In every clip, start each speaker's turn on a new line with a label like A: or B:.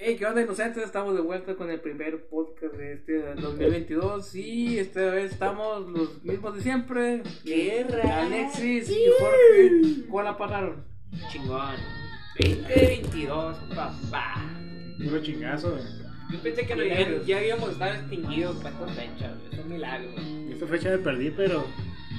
A: Hey, ¿qué onda, inocentes? Estamos de vuelta con el primer podcast de este 2022 y esta vez estamos los mismos de siempre.
B: Guerra.
A: Alexis y Jorge, ¿cuál apagaron?
B: Chingón. 2022, papá.
C: Puro chingazo. güey.
B: Yo pensé que no, ya, ya habíamos estado extinguidos para esta fecha, güey. Es un milagro, güey.
C: Esta fecha me perdí, pero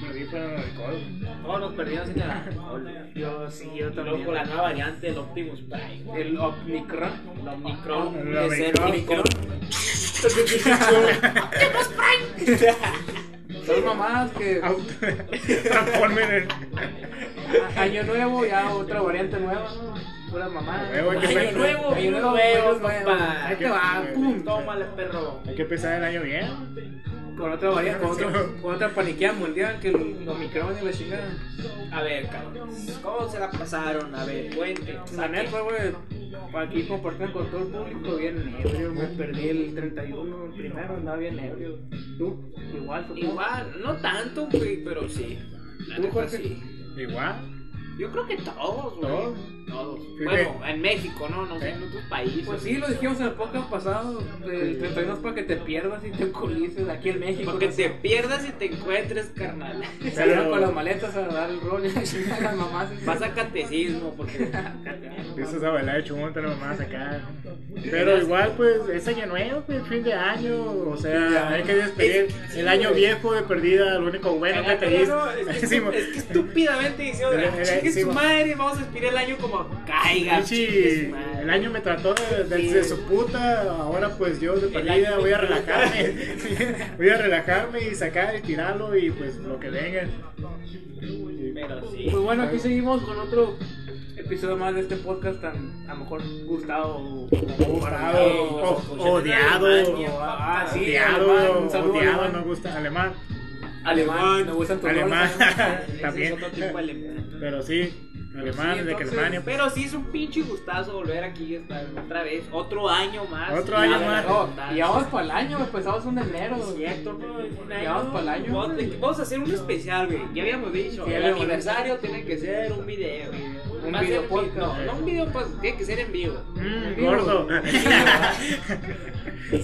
C: perdí para el alcohol. güey.
B: Todos nos perdimos en el alcohol, güey.
A: Yo sí, yo
B: Luego con la nueva variante del Optimus Prime, güey.
A: El Omnicron.
B: El Omicron.
A: Ah,
C: El
B: de ser
C: Omicron.
A: Son mamás que
C: Auto- Transformen
B: eh.
C: el.
A: año nuevo, ya otra variante nueva, ¿no? Pura mamá.
C: Huevo, hay que
B: Año
C: pensar-
B: nuevo,
A: Año
B: vino
A: nuevo,
B: nuevo,
A: vino nuevo.
B: papá.
A: Ahí te va, pum.
B: Tómale, perro.
C: Hay que empezar el año bien.
A: Con otra variante, con, otro- con otra paniqueada mundial que el Omicron y la chingada.
B: A ver, cabrones. ¿Cómo se la pasaron? A ver, cuente.
A: La neta, güey, aquí compartir con todo el público bien ebrio, me perdí el 31, el primero andaba bien ebrio. Tú, igual, supongo.
B: Igual, no tanto, güey, pero sí. La
A: ¿Tú,
B: neta,
A: Jorge?
B: sí.
C: Igual.
B: Yo creo que todos, güey.
C: ¿Todos?
B: Todos.
C: Sí,
B: Bueno, en México, ¿no? No sé,
C: Sí.
B: en otros países.
A: Pues sí, lo dijimos en el podcast pasado, el 32 para que te pierdas y te colices aquí en México.
B: Porque
A: ¿no?
B: te pierdas y te encuentres, carnal.
A: Salieron
C: Pero-
A: con las maletas a dar el rollo a las mamás.
B: Vas a catecismo, porque.
C: Empiezas a bailar de chumonta las mamás acá. Pero igual, pues, es año nuevo, pues, fin de año. O sea, hay que despedir el año viejo de perdida, lo único bueno que
B: Pero no,
C: te
B: es, que,
C: hicimos.
B: es que estúpidamente hicieron
C: Era- era-
B: "Chingue su
C: sí,
B: madre, vamos a expirar el año como caiga. chingue su
C: Pichi,
B: madre".
C: el año me trató de, de- de su puta, ahora pues yo de perdida
B: año
C: voy a
B: me trató.
C: relajarme, voy a relajarme y sacar y tirarlo y pues lo que venga.
B: Pero sí.
A: Pues bueno, aquí seguimos con otro episodio más de este podcast tan, a lo mejor, gustado o
C: Gustado,
B: o-
A: Oh,
C: odiado,
A: Ah, sí,
C: odiado,
A: alemán, un saludo,
C: odiado,
A: alemán.
C: no gusta, alemán,
A: Alemán, me gustan tus
C: alemán,
A: rolas, ¿eh?
B: Ese
C: también,
B: es otro tipo de alemán.
C: pero sí, alemán
B: Sí,
C: desde que
B: entonces,
C: Alemania.
B: Pero sí es un pinche gustazo volver aquí esta- otra vez, otro año más.
C: Otro
B: Y
C: año
B: la
C: más.
A: No,
B: verdad,
A: Oh, y vamos para el año, empezamos un enero.
B: es cierto, ¿no? Es un
A: Ya
B: año.
A: vamos pa'l año.
B: Vamos, de- vamos a hacer un especial, güey. Ya habíamos dicho,
A: Sí,
B: el
A: habíamos
B: aniversario tiene que ser un video, güey.
A: Un
B: Va a ser-
A: video podcast.
B: No, no un video podcast, tiene que ser en vivo.
C: Mm, gordo.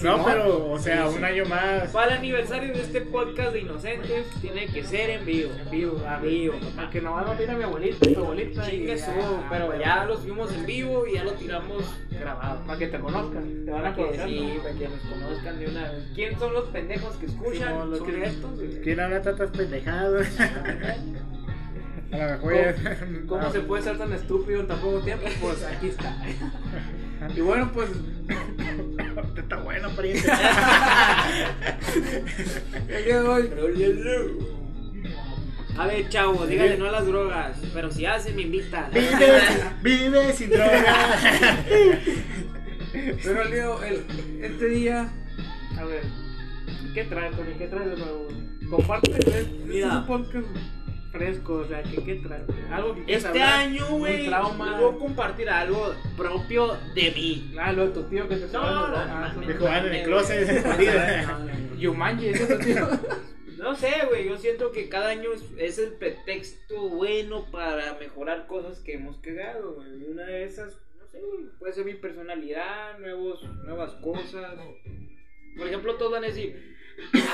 C: no, pero, o sea, un año más.
B: Para el aniversario de este podcast de Inocentes, tiene que ser en vivo.
A: En vivo, a
B: vivo, papá.
A: Porque no va a dormir a mi abuelita, tu abuelita. y-
B: Chingue su,
A: ah,
B: pero
A: bueno,
B: ya lo subimos en vivo y ya lo tiramos grabado.
A: Para que te conozcan, te van a
B: Para que,
A: conocer.
B: sí, para que nos conozcan de una vez. ¿Quién son los pendejos que escuchan?
A: Simón, los
B: son
A: que-
B: estos, güey.
C: ¿Quién habla tantas pendejadas? A lo mejor Ah, ya-
A: ¿Cómo,
B: Ah,
A: cómo se puede ser tan estúpido en tan poco tiempo? Pues aquí está. Y bueno, pues
C: Está bueno, pariente.
A: el día de hoy.
B: A ver, chavo, dígale no a las drogas, pero si hacen, me invitan.
C: vive, vive sin droga.
A: Pero el día, el, este día. A ver, ¿qué trae, Tony? ¿Qué trae de nuevo? Comparte, es, es
B: Mira.
A: un podcast fresco, o sea, ¿qué, qué trae? Algo que quieras
B: Este
A: hablar,
B: año,
A: un
B: güey,
A: trauma.
B: voy a compartir algo propio de mí.
A: Ah, lo de tu tío que te
B: No,
A: salió de
B: no,
A: los-
B: no,
A: ah,
B: no,
A: sí.
C: Dijo, "Ah, en el closet, escondida".
A: Yumanji, ese es tu tío.
B: No sé, güey, yo siento que cada año es, es el pretexto bueno para mejorar cosas que hemos cagado, güey. Una de esas, no sé, güey, puede ser mi personalidad, nuevos, nuevas cosas. Por ejemplo, todos van a decir,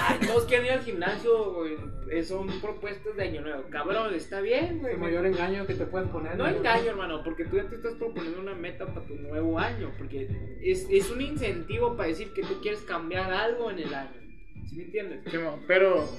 B: "Ay, todos quieren ir al gimnasio, güey, eh, son propuestas de año nuevo. Cabrón, está bien, güey.
A: El mayor engaño que te pueden poner.
B: No engaño, hermano, porque tú ya te estás proponiendo una meta para tu nuevo año, porque es, es un incentivo para decir que tú quieres cambiar algo en el año. ¿Sí me entiendes?
C: Simón, Pero,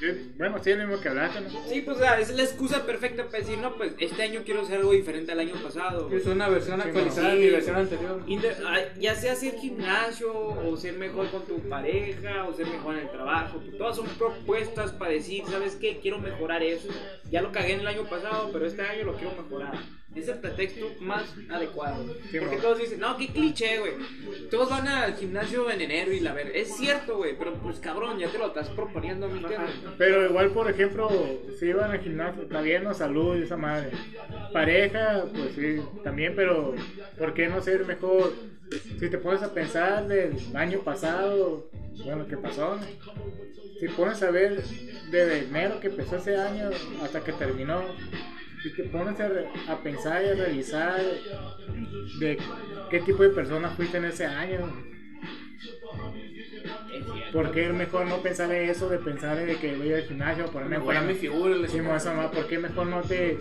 C: yo- bueno, sí, lo mismo que hablaste, ¿no?
B: Sí, pues o sea, es la excusa perfecta para decir, no, pues este año quiero hacer algo diferente al año pasado. güey".
A: Es una versión
C: Sí,
A: actualizada
B: no.
A: de mi versión anterior.
B: Inde- ah, Ya sea hacer gimnasio, o ser mejor con tu pareja, o ser mejor en el trabajo. pues, todas son propuestas para decir, ¿sabes qué? Quiero mejorar eso. Ya lo cagué en el año pasado, pero este año lo quiero mejorar. Es el pretexto más adecuado.
C: Sí,
B: Porque
C: mo.
B: todos dicen, no, qué cliché, güey. Todos van al gimnasio en enero y la ver. Es cierto, güey, pero pues cabrón, ya te lo estás proponiendo a mí.
C: Pero igual, por ejemplo, si iban al gimnasio, está bien, no, salud y esa madre. Pareja, pues sí, también, pero ¿por qué no ser mejor? Si te pones a pensar del año pasado, bueno, ¿qué pasó? Si pones a ver desde enero que empezó ese año hasta que terminó, si te pones a, re- a pensar y a revisar de qué tipo de persona fuiste en ese año, ¿por qué mejor no pensar en eso de pensar en de que voy al gimnasio a ponerme
A: Mejorar mi
C: buena?
A: figura, la
C: Sí,
A: chingada.
C: más o menos, ¿por qué mejor no te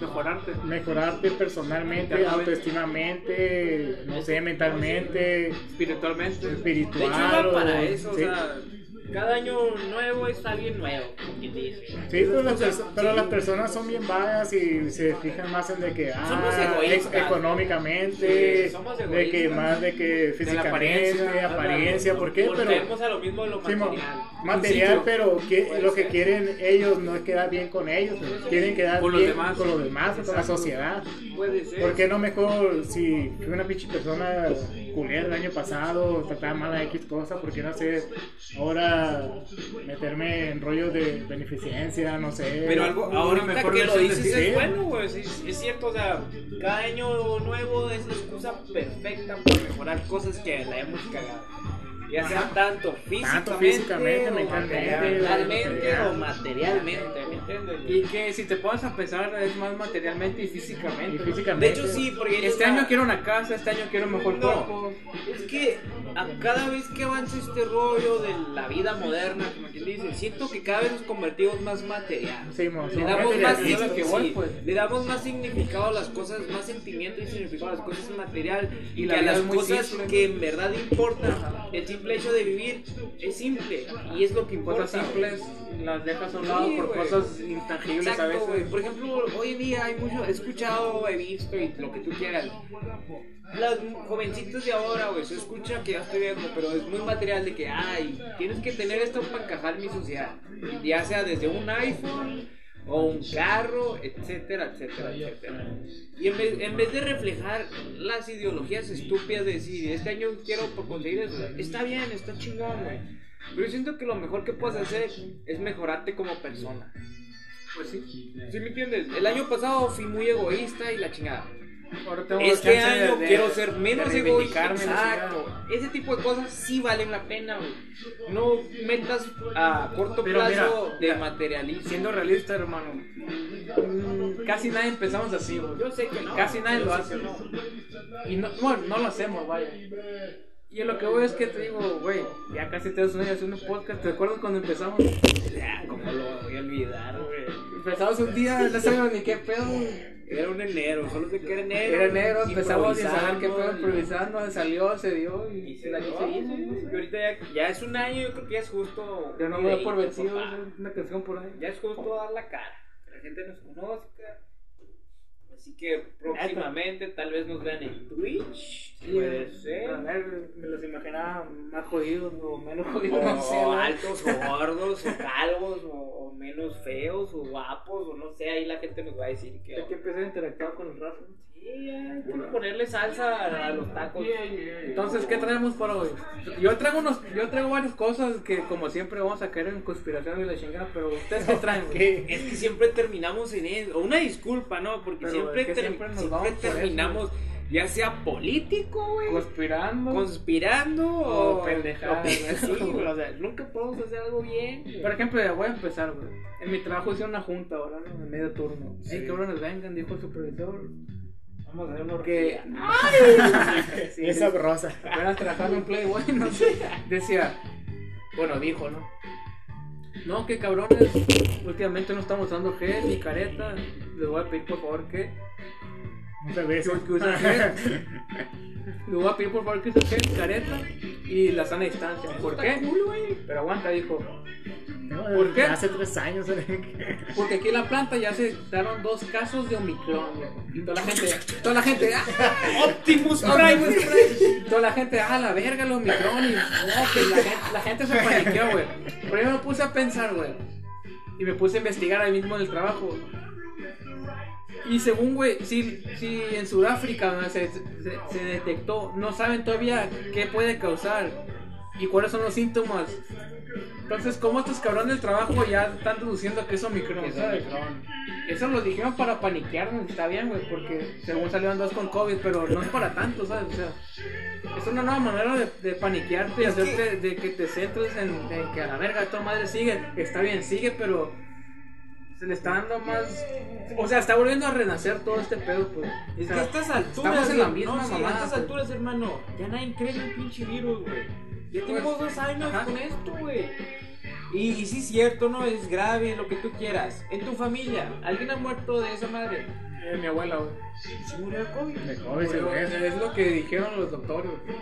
A: mejorarte.
C: mejorarte personalmente,
A: Internamente.
C: autoestimamente, no sé, mentalmente,
A: Espiritualmente.
C: espiritual?
B: De hecho, iba
C: o-
B: para eso,
C: sí.
B: o sea, cada año nuevo es alguien nuevo. ¿Quién te dice?
C: Sí, pero las, perso- pero las personas son bien vagas y se fijan más en de que,
B: Somos
C: ah,
B: egoístas.
C: e- económicamente,
B: Sí, somos
C: de que
B: egoístas.
C: más de que
A: De la
C: físicamente, apariencia,
A: apariencia,
C: ¿por qué?
B: Volvemos
C: Pero
B: a lo mismo de lo
C: sí, mo-
B: material.
C: material,
A: Principio.
C: pero que-
B: Puede
C: lo que
B: ser.
C: quieren ellos no es quedar bien con ellos, quieren quedar
A: Con los
C: bien
A: demás.
C: con los demás, con la
A: Exacto.
C: sociedad.
B: Puede ser.
C: ¿Por qué no mejor si fue una pinche persona culera el año pasado, trataba mal a X cosa, por qué no sé ahora meterme en rollos de beneficencia, no sé?
B: Pero algo,
A: Una
B: ahora
A: mejor
B: que lo
A: versión de
B: dices
A: ti.
B: es bueno, güey. sí, Es, cierto, o sea, cada año nuevo es la excusa perfecta para mejorar cosas que la hemos cagado. Ya sea tanto físicamente,
C: físicamente,
B: o
C: mentalmente,
B: mentalmente o
C: material.
B: materialmente, ¿me entiendes?
A: Y que si te pones a pensar es más materialmente y físicamente.
C: Y
A: ¿no?
C: físicamente.
B: De hecho, sí, porque
A: Este
B: o sea,
A: año quiero una casa, este año quiero mejor
B: No.
A: cuerpo.
B: Es que a cada vez que avanza este rollo de la vida moderna, como quien dice, siento que cada vez nos convertimos más material.
C: Sí, mo,
B: Le
C: somos
B: damos, más,
A: materialistas.
B: sí,
A: que voy, pues.
B: le damos más significado a las cosas, más sentimiento y significado a las cosas material y
A: Y la
B: que a
A: vida
B: las
A: es muy
B: cosas
A: simple.
B: que en verdad importan. El simple hecho de vivir es simple y es lo que importa.
A: Cosas simples las dejas a un lado
B: Sí,
A: por
B: güey.
A: cosas intangibles a
B: Exacto,
A: veces.
B: güey. Por ejemplo, hoy en día hay mucho, he escuchado, he visto y lo que tú quieras. Las mu- jovencitas de ahora, güey, se escucha que ya estoy viejo, pero es muy material de que, ay, tienes que tener esto para encajar en mi sociedad. Ya sea desde un iPhone o un carro, etcétera, etcétera, etcétera. Y en vez, en vez de reflejar las ideologías estúpidas de decir, este año quiero por conseguir eso, está bien, está chingón, güey. Pero yo siento que lo mejor que puedes hacer es mejorarte como persona.
A: Pues sí.
B: ¿Sí me entiendes? El año pasado fui muy egoísta y la chingada.
A: Ahora tengo la
B: Este
A: chance de-
B: año
A: de-
B: quiero ser
A: de
B: menos egoísta.
A: reivindicarme, la
B: Exacto.
A: chingada.
B: Ese tipo de cosas sí valen la pena, güey. No metas a corto
A: Pero mira,
B: plazo de
A: mira,
B: materialismo.
A: Siendo realista, hermano, mm, casi nadie empezamos así, güey.
B: Yo sé que no.
A: Casi nadie
B: yo
A: lo
B: sé
A: hace,
B: que
A: ¿no? Y no, bueno, no lo hacemos, vaya. Y lo que voy es que te digo, güey, ya casi te das un año haciendo un podcast. ¿Te acuerdas cuando empezamos?
B: Ya, ah, ¿Cómo lo voy a olvidar, güey?
A: Empezamos un día, no sabemos ni qué pedo.
B: Era un enero, solo sé que era enero.
A: Era enero, empezamos sin saber qué pedo,
B: improvisando y-
A: improvisando, salió, se dio y,
B: Y se
A: la
B: la
A: hizo.
B: Y ahorita ya, ya es un año, yo creo que ya es justo.
A: Yo no me doy por
B: Papá.
A: vencido, es una canción por ahí.
B: Ya es justo dar la cara, que la gente nos conozca. Así que próximamente tal vez nos vean en Twitch.
A: eh,
B: Puede
A: A
B: ser.
A: ver, me los imaginaba más jodidos o menos jodidos. no sé,
B: O
A: ¿no?
B: altos, o gordos, o calvos, o, o menos feos, o guapos, o no sé, ahí la gente nos va a decir que.
A: Hay que empezar a interactuar con el Rafa.
B: Sí, ya, hay que ponerle salsa a, a los tacos.
A: Entonces, ¿qué traemos para hoy? Yo traigo unos, yo traigo varias cosas que como siempre vamos a caer en conspiración y la chingada, pero ustedes qué traen, güey?
C: ¿Qué?
B: Es que siempre terminamos en eso. Una disculpa, ¿no? Porque
A: Pero
B: siempre,
A: es que
B: ter-
A: siempre nos
B: siempre
A: vamos por eso,
B: terminamos, ya sea político, güey.
A: Conspirando.
B: conspirando o
A: O pendejadas,
B: o pe-
A: ¿no?
B: sí, güey, o sea, nunca podemos hacer algo bien.
A: Por ejemplo, ya voy a empezar, güey. En mi trabajo hice una junta ahora, ¿no? En medio turno.
C: Sí.
A: Ey, que ahora nos vengan, dijo el supervisor.
B: Vamos a hacer
A: Que. Sí,
C: Es sabrosa.
A: Apenas trabajando en Playboy, no sé. Decía, bueno, dijo, ¿no? No, que cabrones, últimamente no estamos usando gel ni careta. Les voy a pedir por favor que.
C: Muchas veces.
A: Que usa gel. Les voy a pedir por favor que usen gel, careta y la sana distancia. ¿Por qué? Pero aguanta, dijo. ¿Por qué?
C: Hace tres años.
A: Porque aquí en la planta ya se daron dos casos de Omicron, loco. Y toda la gente, toda la gente, ¡ah!
B: Optimus
A: Optimus Prime. Toda pues, la gente, ah, la verga, los Omicron. Y no, que la, gente, la gente se paniqueó, güey. Pero yo me puse a pensar, güey. Y me puse a investigar ahí mismo en el trabajo. Y según, güey, si, si en Sudáfrica ¿no? se, se, se detectó, no saben todavía qué puede causar y cuáles son los síntomas. Entonces, ¿cómo estos cabrones del trabajo ya están deduciendo que es Omicron? ¿sabes? Eso lo dijeron para paniquearnos, está bien, güey, porque según salieron dos con COVID, pero no es para tanto, ¿sabes? O sea, es una nueva manera de, de paniquearte y hacerte, de que te centres en, en que a la verga, esta madre sigue, está bien, sigue, pero se le está dando más. O sea, está volviendo a renacer todo este pedo, pues. O
B: Es que a
A: sea,
B: estas alturas.
A: estamos en la
B: güey,
A: misma
B: no, sí,
A: mamada,
B: A estas
A: pues.
B: alturas, hermano. Ya nadie cree en el pinche virus, güey. Ya tenemos
A: Pues,
B: dos años
A: ajá.
B: con esto, güey. Y, y sí, es cierto, ¿no? Es grave, lo que tú quieras. En tu familia, ¿alguien ha muerto de esa madre?
A: eh, mi abuela, güey.
B: ¿Se murió de COVID?
C: De
A: Pero
C: COVID, según eso.
A: Es lo que dijeron los doctores. güey.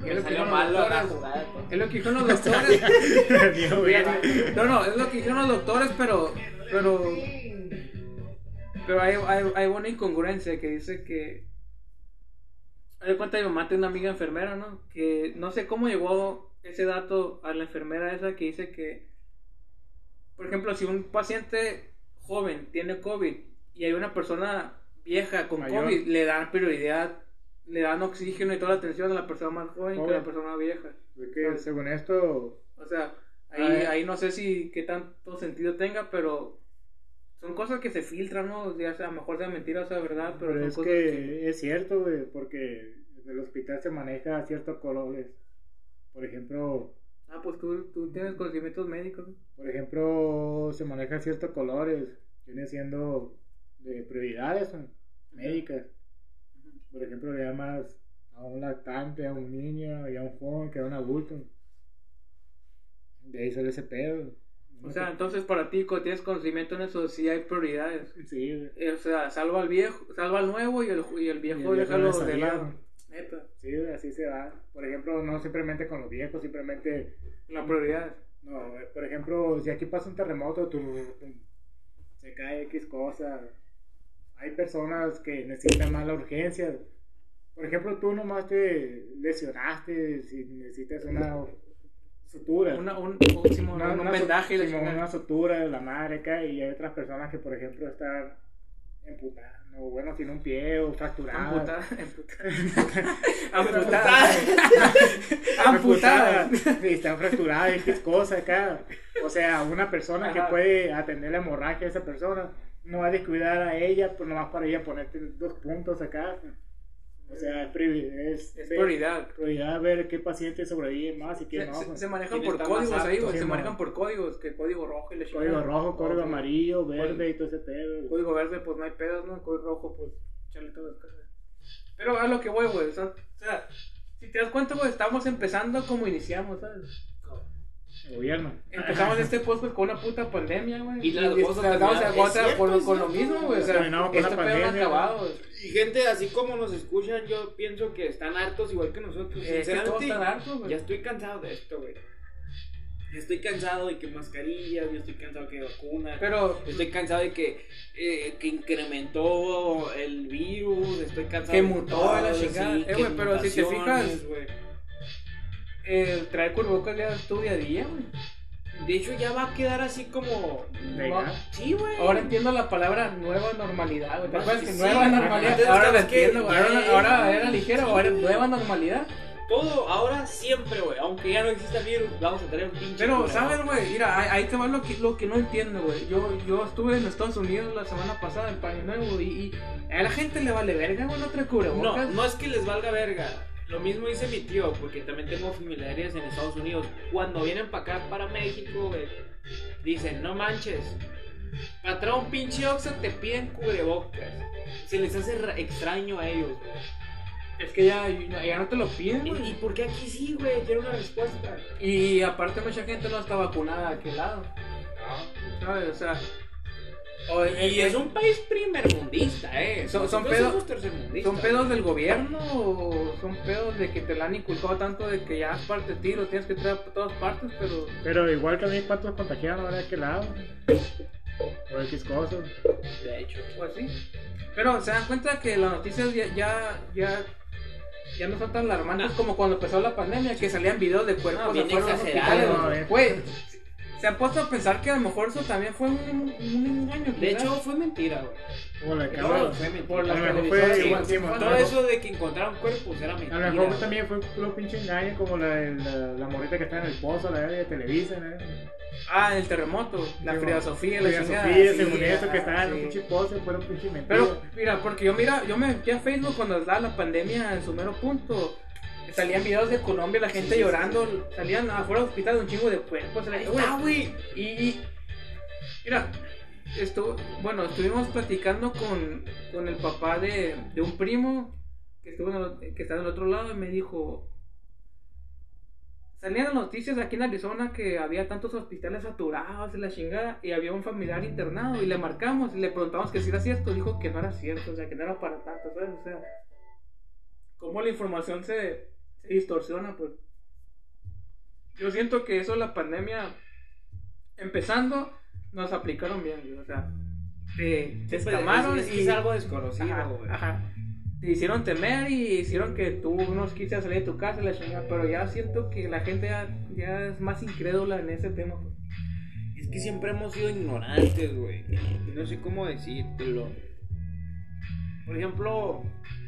B: Me
A: Es lo que
B: salió
A: dijeron
B: mal
A: los
B: la
A: doctores.
B: jugada.
A: Es lo que dijeron los doctores.
C: Dios, güey.
A: No, no, es lo que dijeron los doctores, pero. Pero. Pero hay, hay, hay una incongruencia que dice que. Haz de cuenta, mi mamá tiene una amiga enfermera, ¿no? Que no sé cómo llegó ese dato a la enfermera esa que dice que. Por ejemplo, si un paciente joven tiene COVID y hay una persona vieja con
C: Mayor.
A: COVID, le dan prioridad, le dan oxígeno y toda la atención a la persona más joven que a la
C: Joven.
A: persona vieja.
C: Es que según esto,
A: O sea, ahí,
C: A ver.
A: ahí no sé si qué tanto sentido tenga, pero son cosas que se filtran, ¿no? Ya sea, a lo mejor sea mentira o sea verdad, pero,
C: Pero
A: son
C: es
A: cosas que...
C: que es cierto, güey, porque en el hospital se maneja ciertos colores. Por ejemplo,
A: Ah, pues tú, tú tienes conocimientos médicos. ¿no?
C: por ejemplo, se maneja ciertos colores, viene siendo de prioridades güey, médicas. Por ejemplo, le llamas a un lactante, a un niño, y a un joven, que a un adulto. De ahí sale ese pedo.
A: O sea, entonces para ti, cuando tienes conocimiento en eso, sí hay prioridades.
C: sí, güey.
A: Eh, O sea, salvo al viejo, salvo al nuevo y el, ju- y el
C: Y el
A: viejo
C: viejo
A: déjalo
C: no
A: de
C: sabía,
A: lado.
C: güey.
A: Neta,
C: Sí, güey, así se va. Por ejemplo, no simplemente con los viejos, simplemente
A: la prioridad.
C: No, eh, por ejemplo, si aquí pasa un terremoto, tú, se cae X cosa. Hay personas que necesitan más la urgencia. Por ejemplo, tú nomás te lesionaste, si necesitas una sutura.
A: Una, un, un, Simón,
C: Una-
A: un
C: una
A: vendaje. y
C: su-
A: la
C: Simón,
A: chingada.
C: una sutura de la madre acá, y hay otras personas que, por ejemplo, están emputando, o bueno, tiene un pie o fracturado.
A: Amputada. Amputada. Amputada.
C: Amputada. Y está fracturada y qué cosa acá. O sea, una persona
A: Ajá.
C: que puede atender la hemorragia de esa persona no va a descuidar a ella, pues nomás para ella ponerte dos puntos acá. O sea, es, privi- es,
A: Es
C: ver-
A: prioridad.
C: prioridad ver qué paciente sobrevive más y qué
A: Se,
C: no.
A: se-
C: pues.
A: se manejan
B: ¿Quién
A: por
B: está
A: códigos
B: más
A: ahí, güey.
C: apto?
A: Se
C: Sí,
A: manejan
C: no.
A: por códigos. Que código rojo y la
C: código
A: chingada.
C: rojo, código
A: Código-
C: amarillo, verde y todo ese pedo. güey.
A: Código verde, pues no hay pedos, ¿no? Código rojo, pues chale todas las cosas. Pero a lo que voy, güey. O sea, o sea, si te das cuenta, güey, estamos empezando como iniciamos, ¿sabes?
C: El gobierno.
A: Empezamos este podcast con una puta pandemia, güey.
B: Y las
A: y
B: cosas
A: tratamos de
B: terminaron.
A: agotar
B: Es cierto,
A: por,
B: es
A: con lo
B: cierto, Pues,
A: mismo, güey. O sea,
C: Terminamos con la
A: este pedo no ha
C: pandemia,
A: acabado, güey.
B: Y gente, así como nos escuchan, yo pienso que están hartos igual que nosotros.
A: Es que todos
B: Sinceramente,
A: están hartos, güey.
B: ya estoy cansado de esto, güey. Yo estoy cansado de que mascarillas, yo estoy cansado que vacunas.
A: Pero
B: Estoy cansado de que, eh, que incrementó el virus, estoy cansado
A: Que
B: de
A: mutó
B: todo,
A: la chingada.
B: sí,
A: Eh,
B: que
A: güey, pero si te
B: mutaciones,
A: fijas-
B: güey.
A: eh, traer curvocas ya es tu día a día, güey.
B: De hecho, ya va a quedar así como.
C: Legal.
B: Sí, güey.
A: Ahora entiendo la palabra nueva normalidad, güey. ¿Te acuerdas que
B: Sí,
A: nueva
B: sí,
A: normalidad?
B: antes
A: ahora la
B: estabas que-
A: entiendo, güey. Ahora,
B: eh,
A: ahora era ligera,
B: sí,
A: ahora
B: güey.
A: nueva normalidad.
B: Todo, ahora siempre, güey. Aunque ya no exista virus, vamos a tener un pinche.
A: Pero,
B: problema.
A: ¿sabes, güey? Mira, ahí, ahí te va lo que, lo que no entiendo, güey. Yo, yo estuve en Estados Unidos la semana pasada, en País Nuevo, y, y a la gente le vale verga, güey, no trae
B: No,
A: cubrebocas.
B: no es que les valga verga. Lo mismo dice mi tío, porque también tengo familiares en Estados Unidos. Cuando vienen para acá, para México, güey, dicen, no manches. Para entrar a un pinche Oxxo te piden cubrebocas. Se les hace ra- extraño a ellos, güey.
A: Es que ya, ya no te lo piden,
B: ¿Y, y
A: güey.
B: por qué aquí sí, güey? Quiero una respuesta.
A: Y aparte mucha gente no está vacunada de aquel lado, Ah, ¿sabes? O sea... o- eh,
B: Y es un país primermundista, eh.
A: Son- son
B: Nosotros
A: pedo-
B: somos tercermundistas.
A: ¿Son pedos del gobierno o son pedos de que te la han inculcado tanto de que ya es parte de ti, lo tienes que traer a todas partes, pero...
C: Pero igual también cuántos contagiaron ahora de aquel lado. O X cosas.
B: De hecho.
A: Pues sí. Pero se dan cuenta que las noticias ya, ya, ya, ya no son tan alarmantes
B: No.
A: como cuando empezó la pandemia, que salían videos de cuerpos
B: No, bien
A: afuera de los
B: exagerado,
A: hospitales.
C: güey.
A: Güey, se han puesto a pensar que a lo mejor eso también fue un, un engaño.
B: De
A: quizás.
B: hecho, fue mentira, güey.
C: O la
B: No,
C: cámara.
B: fue mentira.
A: por las
C: A lo mejor
A: televisoras
C: fue-
A: igual
C: sí,
A: se
C: sí,
A: fueron.
B: Todo eso de que encontraron cuerpos era
C: A
B: mentira.
C: lo mejor
B: güey.
C: también fue puro pinche engaño como la, de la, la morrita que está en el pozo, la de Televisa, ¿no?
A: Ah, el terremoto, la Frida
C: Sí, bueno.
A: Sofía, la
C: Frida
A: chingada,
C: Sofía,
A: sí,
C: según eso,
A: ah,
C: que estaba en un
A: sí.
C: pinche pozo, fue un pinche mentira.
A: Pero mira, porque yo mira, yo me metí a Facebook cuando estaba la pandemia en su mero punto. Salían videos de Colombia, la gente
B: Sí, sí,
A: llorando, salían afuera del hospital un chingo de cuerpos. la-
B: Ahí
A: güey,
B: está, güey.
A: y, y Mira, estuvo, bueno, estuvimos platicando con, con el papá de, de un primo que, estuvo en el- que está del otro lado y me dijo, salían las noticias aquí en Arizona que había tantos hospitales saturados y la chingada y había un familiar internado y le marcamos y le preguntamos que si era cierto, dijo que no era cierto, o sea, que no era para tanto, ¿sabes? O sea, cómo la información se, se distorsiona, pues. Yo siento que eso la pandemia, empezando, nos aplicaron bien, güey, o sea, te, te escamaron
B: Pues, es, es,
A: y...
B: es algo desconocido,
A: Ajá,
B: güey.
A: ajá. Te hicieron temer y hicieron que tú no quisieras salir de tu casa, y la chingada, pero ya siento que la gente ya, ya es más incrédula en ese tema. pues. güey.
B: Es que siempre hemos sido ignorantes, güey. No sé cómo decírtelo. Por ejemplo,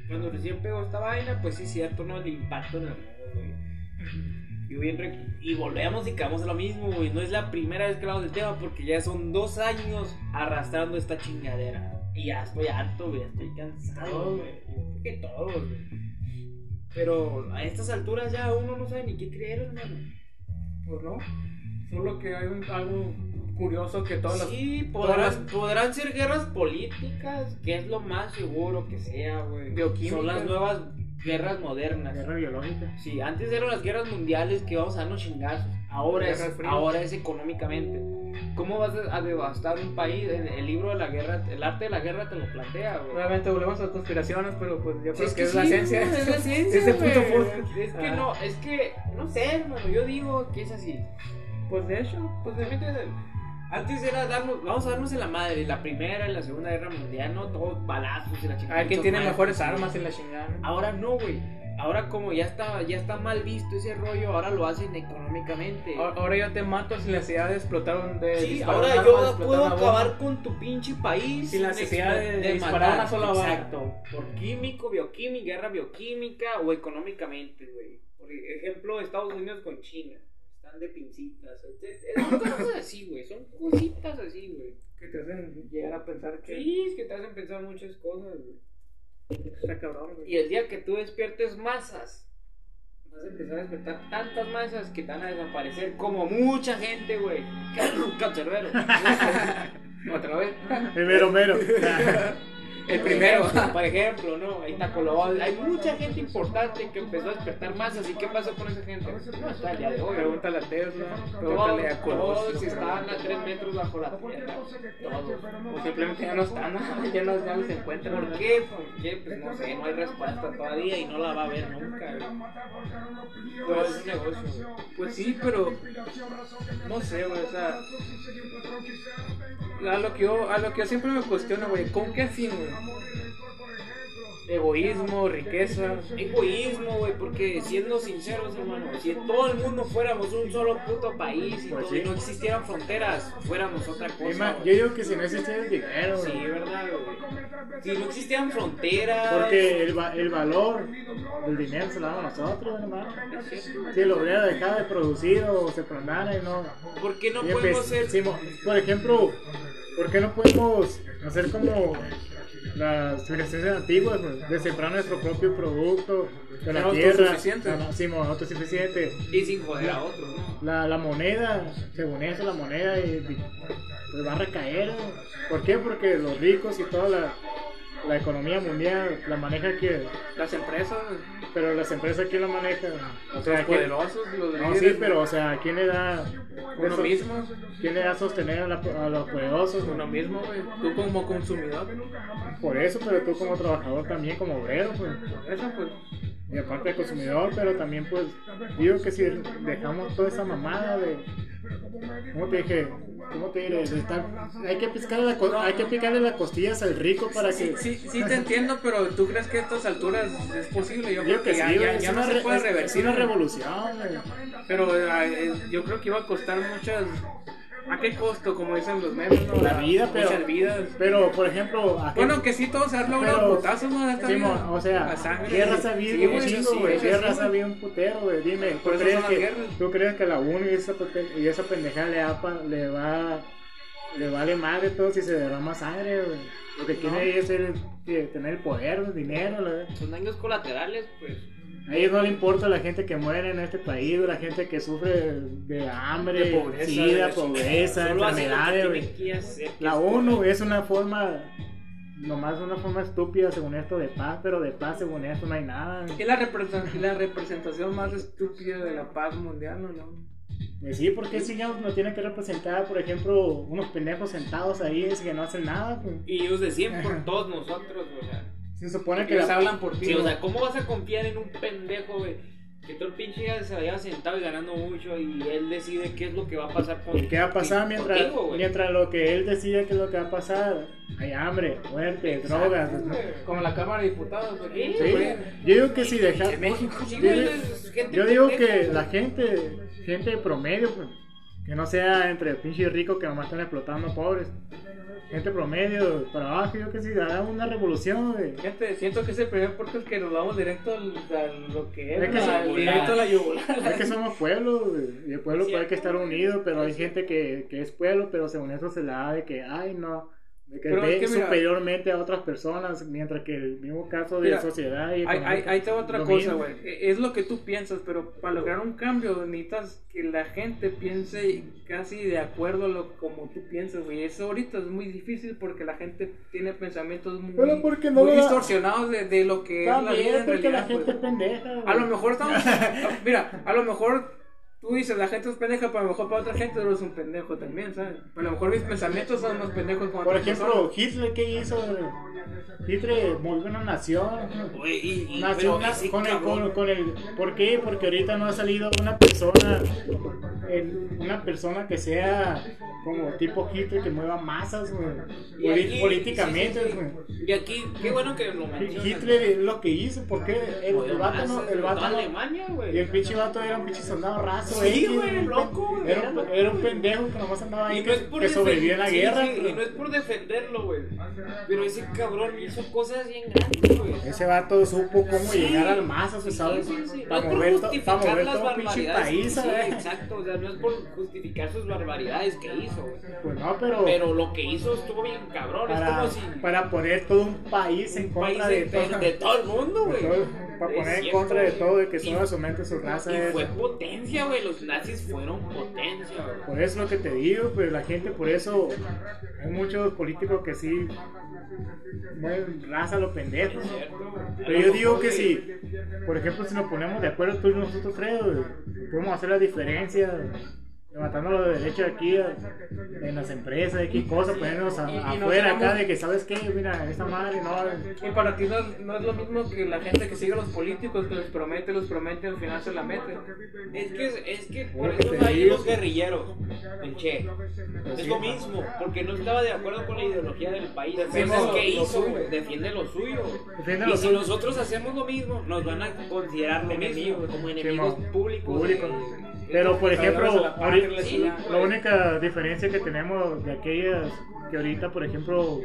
B: cuando recién pegó esta vaina, pues sí es cierto, ¿no? El impacto en el mundo, güey. Yo bien re- Y volvemos y caemos a lo mismo, güey. No es la primera vez que hablamos del tema porque ya son dos años arrastrando esta chingadera. Y ya estoy harto, güey. ya Estoy cansado, güey. Yo creo Que todos, güey. Pero a estas alturas ya uno no sabe ni qué creer, hermano.
A: Pues no, solo que hay un- algo curioso que todas las...
B: Sí,
A: todas
B: podrán, podrán ser guerras políticas, que es lo más seguro que sea, güey.
A: Bioquímicas.
B: Son las nuevas guerras modernas.
C: Guerra biológica.
B: Sí, antes eran las guerras mundiales que vamos a darnos chingazos. Ahora es,
A: Guerras frías.
B: ahora es económicamente. ¿Cómo vas a a devastar un país? En el libro de la guerra, el arte de la guerra te lo plantea, güey.
A: Nuevamente volvemos a conspiraciones, pero pues yo creo
B: Sí,
A: que, es la
B: sí,
A: esencia.
B: güey, Es la esencia,
A: Ese
B: güey.
A: puto podcast.
B: Es que
A: Ah.
B: no, es que, no sé, hermano, yo digo que es así.
A: Pues de hecho, pues de
B: Realmente, Antes era darnos, vamos a darnos en la madre, en la primera, en la segunda guerra mundial, no todos balazos y la
A: a
B: chingada.
A: ver quién
B: muchos
A: tiene
B: más.
A: mejores armas en la chingada. ¿no?
B: Ahora no, güey. Ahora como ya está, ya está mal visto ese rollo, ahora lo hacen económicamente. Eh,
A: Ahora, ahora yo te mato sin la necesidad de explotar un... De
B: Sí,
A: disparar
B: ahora
A: un arma, de
B: yo
A: explotar
B: puedo
A: una bomba.
B: acabar con tu pinche país
A: Sin la necesidad de,
B: explo-
A: de disparar
B: matar.
A: una sola bala.
B: Exacto. Por químico, bioquímica, guerra bioquímica o económicamente, güey. Por ejemplo, Estados Unidos con China. Están de pincitas. etc. Son cosas así, güey. Son cositas así, güey.
A: Que te hacen llegar a pensar que...
B: Sí, es que te hacen pensar muchas cosas, güey.
A: Está cabrón, güey.
B: Y el día que tú despiertes masas, vas a empezar a despertar tantas masas que te van a desaparecer como mucha gente, güey. Cancerbero.
A: Otra vez.
C: El mero mero.
A: El primero.
B: Por ejemplo, ¿no? Ahí está Colobal. Hay mucha gente importante que empezó a despertar masas. ¿Y qué pasó con esa gente? No está el día de hoy. güey.
A: Pregúntale a Tesla, pregúntale
B: Todos,
A: a Colosio.
B: todos estaban a 3 metros bajo la tierra. Todos.
A: O simplemente ya no están, ¿no? ya no, ya no se encuentran.
B: ¿Por qué? ¿Por qué? Pues no sé, no hay respuesta todavía y no la va a haber nunca. güey. Pero es un negocio. güey.
A: Pues sí, pero no sé, güey, o sea, a lo que yo, a lo que yo siempre me cuestiono, güey, ¿con qué fin, güey? Egoísmo, riqueza.
B: Egoísmo, güey, porque siendo sinceros, hermano, si todo el mundo fuéramos un solo puto país y,
C: Pues
B: todo,
C: sí.
B: y no existieran fronteras, fuéramos otra
C: Es
B: cosa.
C: más, yo
B: güey.
C: digo que si no existiera el dinero,
B: Sí,
C: güey.
B: verdad, güey. Si no existieran fronteras.
C: Porque el, va- el valor del dinero se lo damos nosotros, hermano. Si el obrero dejaba de producir o se prendara y no.
B: ¿Por qué no
C: y
B: podemos
C: empe-
B: ser.
C: sí, mo- pues, por ejemplo, ¿por qué no podemos hacer como las civilizaciones antiguas, güey? de sembrar nuestro propio producto de la
A: Ser
C: tierra?
A: autosuficiente.
C: Ah, no, sí, mo- autosuficiente.
B: Y sin joder a otro, ¿no?
C: La, la moneda, según eso, la moneda eh, di- pues va a recaer. ¿no? ¿Por qué? Porque los ricos y toda la, la economía mundial la maneja que
A: Las empresas,
C: Pero las empresas, ¿quién la maneja? O
A: los
C: sea, ¿quién-
A: poderosos, los
C: No,
A: líderes,
C: sí, pero, o sea, ¿quién le da.
A: uno
C: eso-
A: mismo,
C: ¿Quién le da sostener a, la- a los poderosos?
A: uno mismo, güey, tú como consumidor,
C: Por eso, pero tú como trabajador también, como obrero, pues.
A: eso pues,
C: Y aparte de consumidor, pero también, pues. Digo que si dejamos toda esa mamada de. ¿Cómo te dije? ¿Cómo te diré? De estar- hay, que picarle la co- hay que picarle las costillas al rico para que.
A: Sí, sí, te entiendo, pero ¿tú crees que a estas alturas es posible? Yo
C: Digo
A: creo
C: que
A: que
C: sí,
A: ya,
C: güey,
A: ya-
C: es
A: ya
C: una
A: no se
C: re-
A: puede
C: es-
A: revertir.
C: Es una
A: güey.
C: revolución, güey.
A: Pero eh, es- yo creo que iba a costar muchas... ¿A qué costo? Como dicen los memes, ¿no?
C: La vida, pero.
A: Muchas vidas.
C: Pero, por ejemplo, ¿a qué-
A: Bueno, que sí, todos se han logrado
C: Pero-
A: putazos, ¿no? Esta
C: Simón,
A: vida.
C: o
A: La
C: sea,
A: sangre,
C: guerra
A: sí,
C: ha habido
A: sí,
C: un
A: güey,
C: chingo,
A: sí,
C: güey.
A: eso
C: Guerra
A: sí,
C: ha habido un putero, güey. Dime, ¿tú
A: Por eso
C: crees,
A: son las
C: que,
A: guerras.
C: ¿tú crees que la UNO y esa, poten- y esa pendeja le, va pa- le va. Le vale madre todo si se derrama sangre, güey? Lo que
A: No.
C: quiere es el, eh, tener el poder, el dinero, la-
B: Son daños colaterales, pues.
C: A ellos no le importa la gente que muere en este país, la gente que sufre de hambre,
A: De pobreza,
C: sida,
A: de
B: Solo
C: pobreza,
B: hacen lo que
C: enfermedades, güey.
B: tienen que hacer, que
C: La
B: es
C: ONU
B: correcto.
C: es una forma, nomás una forma estúpida según esto de paz, pero de paz según esto no hay nada.
A: Es la, represent- la representación más estúpida de la paz mundial, ¿o ¿no?
C: Pues sí, porque si no nos tiene que representar, por ejemplo, unos pendejos sentados ahí es que no hacen nada. pues.
B: Y ellos decían
C: Ajá.
B: por todos nosotros, o sea.
C: Se supone que
A: Que les
C: la...
A: hablan por ti.
B: Sí, o
A: güey.
B: sea, ¿cómo vas a confiar en un pendejo, güey? Que todo el pinche día se la lleva sentado y ganando mucho y él decide qué es lo que va a pasar con
C: ¿Qué va a pasar mientras,
B: contigo, güey.
C: mientras lo que él decide que es lo que va a pasar? Hay hambre, muerte, drogas.
B: Güey.
A: Como la Cámara de Diputados, güey.
B: Sí,
C: Sí, yo digo que si deja-
A: De México.
B: Sí,
C: yo
B: güey,
C: digo-
B: es gente
C: Yo digo
B: pendeja,
C: que
B: güey.
C: la gente, gente promedio, pues, que no sea entre pinches ricos que nomás están explotando pobres. Gente promedio, para abajo, yo que si hará una revolución, güey.
A: Gente, siento que es el primer podcast que nos vamos directo al, a lo que es,
C: Es que
A: ¿no?
C: sí,
A: Al-
B: güey.
A: directo a la yugular.
C: Es que somos pueblos, güey, y el pueblo puede que estar unido, pero hay gente que, que es pueblo, pero según eso se la da de que, ay, no, de que
A: Pero
C: ve
A: es que mira-
C: superiormente a otras personas, mientras que el mismo caso de
A: Mira,
C: sociedad y
A: Ahí, ahí,
C: económica,
A: ahí te va otra
C: lo
A: cosa,
C: mismo.
A: güey. E- Es lo que tú piensas, pero para lograr un cambio necesitas que la gente piense casi de acuerdo a lo como tú piensas, güey. Eso ahorita es muy difícil porque la gente tiene pensamientos muy,
C: Pero porque no
A: muy
C: le da-
A: distorsionados de, de lo que
C: También
A: es la vida en
C: porque
A: realidad.
C: la gente
A: güey.
C: es pendeja, güey.
A: A lo mejor estamos. Mira, a lo mejor tú dices la gente es pendeja, pero a lo mejor para otra gente tú eres un pendejo también, ¿sabes? A lo mejor mis pensamientos son más pendejos como
C: Por
A: otras personas.
C: ejemplo, Hitler, ¿qué hizo? Hitler movió una nación.
B: Güey, y- y-
C: Una,
B: pero
C: una-
B: ese
C: con, el,
B: cabrón-
C: con, con el- ¿Por qué? Porque ahorita no ha salido una persona, el- una persona que sea como tipo Hitler, que mueva masas, güey.
B: y
C: Poli-
B: aquí-
C: políticamente,
B: sí, sí,
C: güey.
B: sí. Y aquí, qué bueno que lo mencionas.
C: Hitler es lo que hizo, porque el,
B: Joder,
C: el vato no-
B: masas,
C: el
B: güey,
C: vato
B: toda
C: no-
B: Alemania, güey.
C: y el pinche vato era un pinche soldado raso,
B: Sí,
C: X,
B: güey, loco, güey, era
C: Era, un-
B: loco,
C: era un
B: güey.
C: pendejo que nomás andaba
B: Y
C: ahí,
B: no es
C: que,
B: por
C: que
B: defen-
C: sobrevivió en la
B: sí,
C: guerra.
B: sí, y
C: güey.
B: no es por defenderlo, güey. Pero ese cabrón hizo cosas bien grandes, güey.
C: Ese vato supo cómo
B: Sí.
C: llegar al más se sabe,
B: Sí, sí, sí. No
C: para
B: es por
C: mover, to-
B: justificar
C: para mover
B: las
C: todo un
B: barbaridades
C: pinche
B: que
C: país, ¿eh?
B: hizo,
C: ¿sabes?
B: Exacto, o sea, no es por justificar sus barbaridades que hizo, güey.
C: Pues no, pero,
B: Pero lo que hizo estuvo bien cabrón,
C: para,
B: es como si
C: para poner todo un país en
B: un
C: contra
B: país
C: de,
B: de,
C: todo,
B: de todo el mundo,
C: de
B: güey.
C: todo- para
B: Es
C: poner en
B: cierto,
C: contra de
B: güey.
C: todo, de que solo
B: Y-
C: solamente su raza
B: Y
C: es.
B: fue potencia, güey, los nazis fueron potencia, güey.
C: Por eso lo que te digo, pues la gente, por eso hay muchos políticos que sí mueven raza a los pendejos.
B: Es cierto, güey.
C: Pero yo digo que si, por ejemplo, si nos ponemos de acuerdo tú y nosotros tres, güey, podemos hacer la diferencia, güey, levantando los derechos aquí eh, en las empresas, X cosas, ponernos a-
A: Y- y nos
C: afuera acá
A: vamos-
C: de que, ¿sabes qué? Mira, esta madre no... eh,
A: Y para ti no, no es lo mismo que la gente que sigue a los políticos, que les promete, los promete, al final se la mete.
B: Es que, es que por
C: Lo que te
B: eso hay
C: digo.
B: los guerrilleros, el Che. Es lo mismo, porque no estaba de acuerdo con la ideología del país.
A: Defiende
B: Entonces, ¿qué
A: lo- lo
B: hizo?
A: suyo.
B: güey? Defiende lo suyo. güey.
C: Defiende
B: y
C: lo
B: si
C: suyo.
B: nosotros hacemos lo mismo, nos van a considerar lo mismo,
A: Enemigos.
B: como enemigos
C: Simón.
B: públicos.
C: Público.
B: güey.
C: Pero, por ejemplo,
A: Cabrones a la par,
C: ahorita-
A: la
B: Sí,
A: ciudad.
C: La única diferencia que tenemos de aquellas que ahorita, por ejemplo,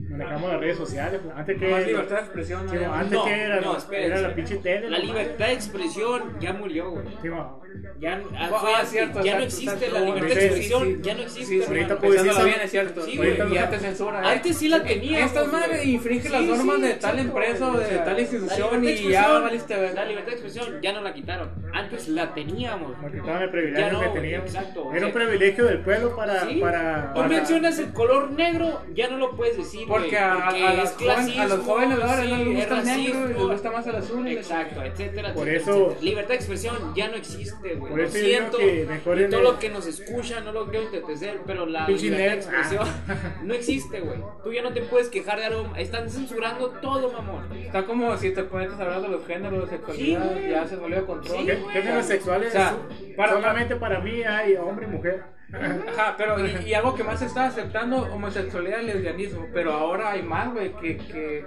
C: manejamos las redes sociales, pues, antes que...
A: Más libertad de expresión.
C: Sí,
A: ¿no?
C: antes que era,
B: no, espera,
C: era la
B: espera.
C: pinche tele.
B: La
C: nomás.
B: libertad de expresión ya murió, güey.
C: Sí, mo.
B: Ya, ah,
A: Ah,
B: fue-
A: cierto,
B: ya
A: exacto,
B: no existe
A: exacto.
B: la libertad de
C: Sí, sí,
B: expresión,
A: sí.
B: ya no existe.
A: Sí, sí,
B: hermano.
C: ahorita puedes
A: Pensándolo
C: decir-
A: bien, es cierto.
B: Sí,
A: y
C: güey.
A: ya te censura. ¿eh?
B: Antes sí la tenía.
A: Estas madres infringen las normas de tal empresa o de tal institución y ya valiste ver.
B: La libertad de expresión ya no la quitaron. Antes la teníamos.
C: Nos quitaban el privilegio
B: Ya no,
C: que
B: güey,
C: teníamos.
B: exacto,
C: era
B: sí.
C: un privilegio del pueblo para...
B: ¿Sí?
C: para,
B: Tú
C: para-
B: mencionas el color negro, ya no lo puedes decir. güey,
A: Porque a,
B: porque
A: a
B: es
A: las joven- a los
B: clasismo,
A: jóvenes de ahora
B: sí,
A: no les
B: es
A: gusta el negro,
B: racismo.
A: les gusta más el azul. y les-
B: Exacto, etcétera.
C: Por
B: etcétera,
C: eso-
B: etcétera. Libertad de expresión ya no existe, güey.
C: Por
B: Lo
C: eso yo digo
B: siento.
C: que mejor
B: y
C: en
B: todo
C: el-
B: lo que nos escucha, no lo quiero entetecer, pero la
C: Pinche
B: libertad de
C: nerd.
B: expresión
A: Ah.
B: no existe, güey. Tú ya no te puedes quejar de algo. Están censurando todo, mamón.
A: Está como si te pones a hablar de los géneros,
B: Sí,
A: sexualidad,
B: güey.
A: ya se volvió a control.
B: Sí,
C: ¿Qué-
B: güey.
C: Géneros sexuales.
A: O sea, para-
C: solamente para mí hay hombre y mujer.
A: Ajá, pero y, y algo que más se está aceptando, homosexualidad y lesbianismo, pero ahora hay más, güey, que, que,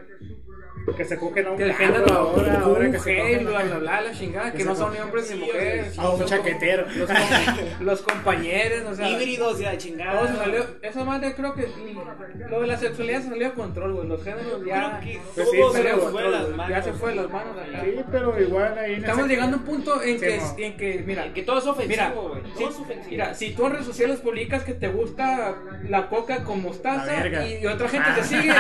C: Que se cogen a un
A: que el
C: gato
A: género
C: ahora, ahora que se
A: mujer,
C: cogen
A: bla,
C: a-
A: bla, bla, la chingada, que
C: se
A: no
C: cogen-
A: son ni hombres ni
B: Sí, o sea,
A: mujeres,
B: sí.
C: a Ah, un chaquetero.
A: los, com- los compañeros, o sea,
B: Híbridos de la chingada.
A: todo se salió, esa madre creo que y lo de la sexualidad se salió a control, güey, los géneros ya,
B: Creo que
C: Pues sí,
B: todo
A: se
B: se
A: salió a
B: nos
A: control,
B: fue de las
A: güey,
B: manos.
A: ya se fue de las manos. acá.
C: Sí, pero igual ahí... en
A: Estamos
C: ese-
A: llegando a un punto en que,
C: Sí,
A: en que mira,
B: Que todo es
A: Pues Mira,
B: ofensivo, güey.
A: si,
B: Todo es ofensivo.
A: mira, si tú en redes sociales publicas que te gusta la coca con
C: La
A: mostaza
C: verga.
A: y, y otra gente te sigue,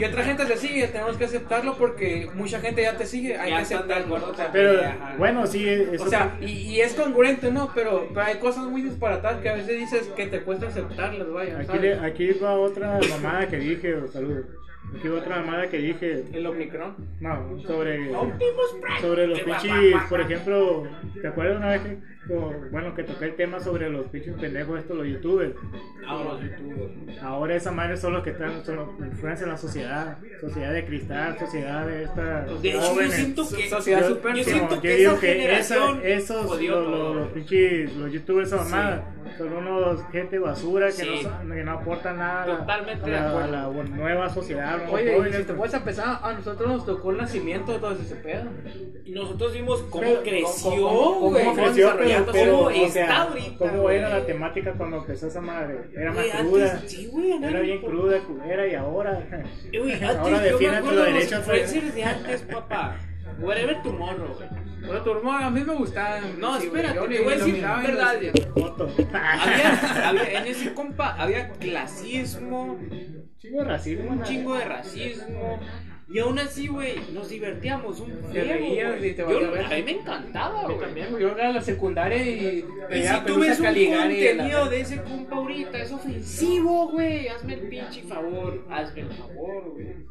A: y otra gente te sigue, tenemos que aceptarlo aceptarlo porque mucha gente ya te sigue, hay
B: Ya
A: que
B: están de
A: aceptarlo.
B: acuerdo
A: O sea,
B: también.
C: Pero
B: Ajá.
C: bueno, sí, eso-
A: o sea, y, y es congruente, ¿no? Pero, pero hay cosas muy disparatadas que a veces dices que te cuesta aceptarlas, vaya.
C: aquí,
A: ¿sabes?
C: le- aquí va otra mamada que dije, oh, saludos. Aquí va otra mamada que dije,
A: El Omnicron.
C: no, sobre, sobre los pinches, por ejemplo, ¿te acuerdas una vez que, co- bueno, que toqué el tema sobre los pinches pendejos estos, los youtubers?
B: Ahora youtubers.
C: Ahora esa madre son los que están, son los que influencian la sociedad, sociedad de cristal, sociedad de esta...
B: De hecho, yo
C: jóvenes.
B: siento que.
A: Sociedad
C: Yo-
A: super.
B: yo
C: Sí,
B: siento
C: mo,
B: que
C: digo
B: esa generación
C: esos,
B: jodió
C: los,
B: todo.
C: los, los pinches, los youtubers son mamada, son unos gente basura que,
B: Sí.
C: no, son- que no aportan nada a la-
B: Totalmente
C: a
B: de
C: la, a
B: acuerdo.
C: la bu- nueva sociedad. a los
A: Oye, y
C: jóvenes,
A: si te
C: pues.
A: puedes a pensar, a nosotros nos tocó el nacimiento de todo ese pedo.
B: Y nosotros vimos cómo
C: Pero,
B: creció,
A: cómo- cómo- cómo
B: güey.
C: ¿Cómo creció? Pero,
B: desarrollando,
C: pero,
B: cómo
C: o
B: está
C: sea,
B: ahorita.
C: ¿Cómo
B: güey.
C: era la temática cuando empezó esa madre? Era más
B: Güey, antes-
C: cruda.
B: sí, güey,
C: Era bien cruda, culera y ahora.
B: Uy, antes
C: Ahora
B: yo me
C: defiende tu
B: acuerdo de los
C: derecho. pues.
B: influencers de antes, papá. Whatever tomorrow. güey.
A: Pero tu hermano, a mí me gustaba.
B: No,
A: Sí, güey,
B: espérate,
A: yo
B: te voy a
A: lo
B: decir
A: miraba y lo
B: verdad.
A: decía,
C: Foto.
B: Había, había- en ese compa había clasismo,
C: Chingo de racismo.
B: un
C: la-
B: chingo de racismo. Y aún así, güey, nos divertíamos un
A: Te
B: friego,
A: reías
B: güey.
A: y te
B: Yo,
A: valía
B: a mí
A: verga.
B: me encantaba,
A: Yo
B: güey.
A: también, güey, yo era la secundaria y
B: Y
A: veía
B: si tú
A: Pelusa
B: ves un
A: Caligari, la
B: contenido
A: verga.
B: de ese compa ahorita, es ofensivo, güey. Hazme el pinche favor, hazme el favor, güey.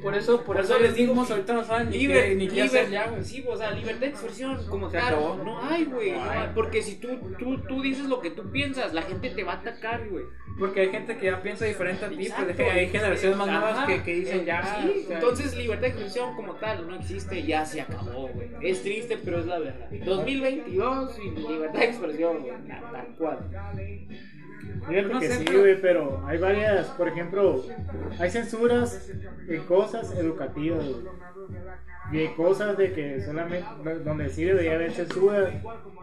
A: Por eso, por
B: Por
A: eso
B: eso
A: les
B: les digo
A: dimos
B: que
A: ahorita no saben ni qué,
B: Liber,
A: ni qué
B: liber,
A: hacer ya, güey.
B: sí, o sea, libertad de expresión como
A: Se
B: tal.
A: acabó.
B: No hay, güey.
A: No
B: no
A: hay.
B: hay, porque si tú, tú, tú dices lo que tú piensas, la gente te va a atacar, güey.
A: Porque hay gente que ya piensa diferente a ti,
B: Exacto,
A: pues, hay
B: güey.
A: generaciones más
B: Ajá.
A: nuevas que, que dicen
B: Eh,
A: ya.
B: sí,
A: o sea,
B: entonces libertad de expresión como tal no existe, ya se acabó, güey. Es triste, pero es la verdad. 2022 y libertad de expresión, güey. na- Tal cual.
C: Fíjate
A: No
C: que
A: sé,
C: sí,
A: pero-
C: güey, pero hay varias, por ejemplo, hay censuras en cosas educativas, güey. Y hay cosas de que solamente donde sí debería haber censura,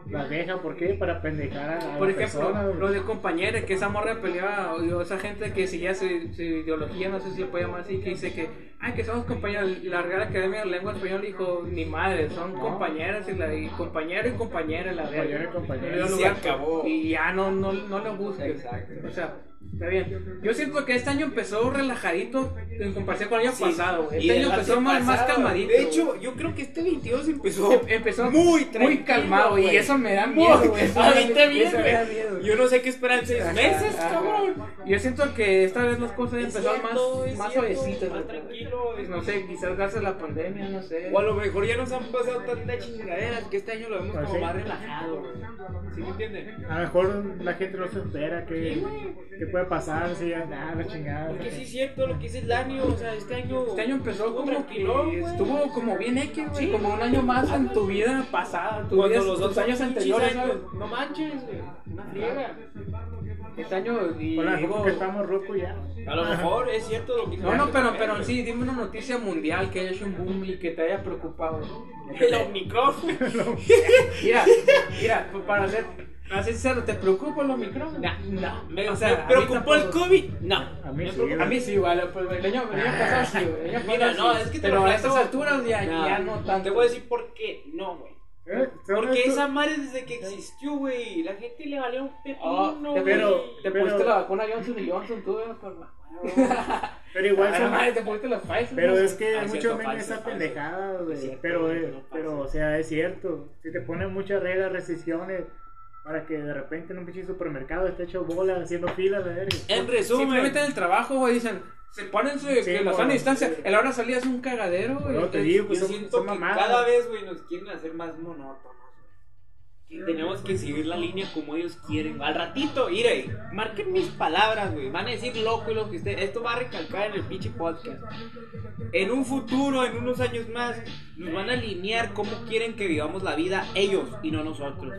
C: las dejan, ¿por qué? Para pendejar a, a
A: Por
C: las
A: ejemplo,
C: personas, güey.
A: los de compañeros, que esa morra peleaba, o o esa gente que seguía su, su ideología, no sé si se puede llamar así, que dice que, ay, que somos compañeros. La Real Academia de la Lengua Española dijo, ni madre, son
C: No.
A: compañeras y, la, y compañero y compañera, la
C: Compañero y
A: verga.
C: compañera.
A: No le dio
B: Se
A: lugar.
B: acabó.
A: Y ya no, no, no lo busques.
B: Exacto.
A: O sea, está bien. Yo siento que este año empezó relajadito en comparación con el año
B: Sí.
A: pasado. güey.
B: Y
A: Este
B: el
A: año empezó
B: año
A: más, más
B: pasado,
A: calmadito. Em,
B: De hecho, yo creo que este 22 empezó,
A: empezó
B: muy,
A: muy
B: tranquilo,
A: calmado y
B: güey.
A: eso me da
B: Muy-
A: miedo. güey. Eso
B: A
A: me
B: mí
A: da-
B: también,
A: eso me da miedo.
B: güey. Yo no sé qué esperan seis
A: Ajá,
B: meses,
A: ajá.
B: cabrón.
A: Yo siento que esta vez las cosas
B: Es
A: empezaron
B: cierto,
A: más,
B: es
A: más
B: cierto,
A: suavecitas.
B: más
A: güey.
B: tranquilo, este, es-
A: No sé, quizás gracias a la pandemia, no sé.
B: O a lo mejor ya nos han pasado tantas chingaderas que este año lo vemos
C: Pues
B: como
C: sí.
B: más relajado, güey. ¿Sí me entienden?
C: A lo mejor la gente no se espera que, que puede pasar, si ya, nada, la chingada.
B: Porque sí es cierto lo que dice el año, o sea, este año...
A: Este año empezó
B: estuvo
A: como
B: tranquilo,
A: que
B: güey.
A: estuvo como bien X, güey,
B: Sí.
A: como un año más en tu vida pasada, tu
B: Cuando
A: vida-
B: los
A: tus
B: dos
A: años
B: pinches
A: anteriores,
B: años,
A: ¿sabes?
B: No manches, güey. Una friega.
A: Este año y
C: Con la
A: digo-
C: ropa que estamos roco ya.
B: A lo mejor es cierto lo que dice
A: No,
B: el
A: no,
B: año
A: pero,
B: también,
A: pero
B: güey.
A: sí, dime una noticia mundial que haya hecho un boom y que te haya preocupado.
B: El Omnicron, güey.
A: Mira, mira, pues, para ser así sincero, ¿te preocupa los micrófonos?
B: Nah,
A: no.
B: Me,
A: O
B: me
A: sea, a mí
B: preocupó el
A: tampoco.
B: COVID. No.
C: A mí
B: Me
C: sí,
B: preocupó-
A: A mí sí, igual, pues, el año, el año pasado sí, güey, el año
B: Mira,
A: pasado
B: no,
A: sí.
B: es que te
A: Pero
B: lo
A: a
B: planteo-
A: estas alturas ya,
B: Nah.
A: ya no tanto.
B: Te voy a decir por qué. No, güey.
C: ¿Eh? ¿Sabes
B: Porque
C: tú?
B: esa madre desde que existió, güey, la gente le valió un
A: Ah,
B: pepino,
A: te,
B: güey.
C: pero-
A: te
C: pero-
A: pusiste la vacuna Johnson y Johnson, tú, güey, por la-
C: Pero igual
A: Ah,
C: son,
A: madre, te pusiste la Pfizer.
C: Pero
A: güey.
C: es que
B: Ah,
C: hay mucho
B: cierto,
C: meme
B: falso,
C: esa
B: falso.
C: pendejada,
B: Es
C: güey.
B: cierto,
C: Pero,
B: güey,
C: eh,
B: no pasa.
C: pero, o sea, es cierto. Si te ponen muchas reglas, restricciones, para que de repente en un pinche supermercado esté hecho bola haciendo fila, la verga.
B: En resumen,
A: Simplemente en el trabajo, güey, dicen, se ponen su, que la
C: bueno,
A: sana distancia.
C: sí.
A: El hora de salida es un cagadero, güey. este,
C: No, te
A: Es-
C: digo,
B: yo
C: pues son,
B: siento
C: son
B: que
C: mamadas.
B: cada vez, güey, nos quieren hacer más monótonos, güey. Que tenemos que seguir la línea como ellos quieren. Al ratito, mire, marquen mis palabras, güey. Van a decir loco y lo que usted. Esto va a recalcar en el pinche podcast. En un futuro, en unos años más, nos van a alinear cómo quieren que vivamos la vida ellos y no nosotros.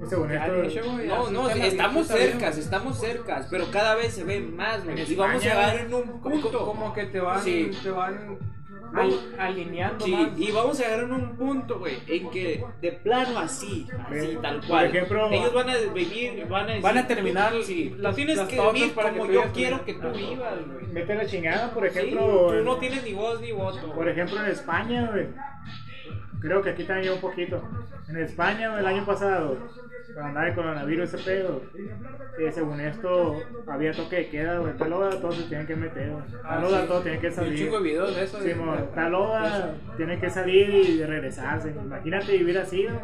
C: O sea, bueno,
A: Ya
C: Pues, esto-
A: dicho, güey,
B: No,
A: así
B: no,
A: está la
B: estamos
A: vida, está bien,
B: cercas, estamos cercas, pero cada vez se ven más, güey.
C: En
B: Y vamos a
C: España,
B: llegar en
A: güey.
B: un
A: Co-
B: punto.
A: Como que te van,
B: Sí.
A: te van al- alineando
B: Sí,
A: más.
B: y vamos a llegar en un punto, güey, en que de plano así, así,
C: Ve,
B: tal
C: por
B: cual.
C: ejemplo,
B: ellos van a vivir, van a decir,
A: Van a terminar
B: sí,
A: las-
B: tú tienes
A: las
B: que
A: tortas
B: vivir
A: para que
B: como
A: tú
B: yo
A: vivas tu
B: quiero
A: vida.
B: que tú vivas, güey.
C: Vete a la chingada, por
B: Sí,
C: ejemplo.
B: tú
C: en-
B: no tienes ni voz ni voto.
C: Por ejemplo, en España, güey. Creo que aquí también un poquito. En España, el año pasado, para andar el coronavirus, ese pedo, que según esto había toque de queda, güey. Tal hora todos se tienen que meter, güey. Tal hora todos tienen que
A: Y Ah, un
C: salir.
A: chingo de videos de eso.
C: Sí,
A: de-
C: mo,
A: de-
C: tal hora tienen que salir y regresarse. Imagínate vivir así, güey.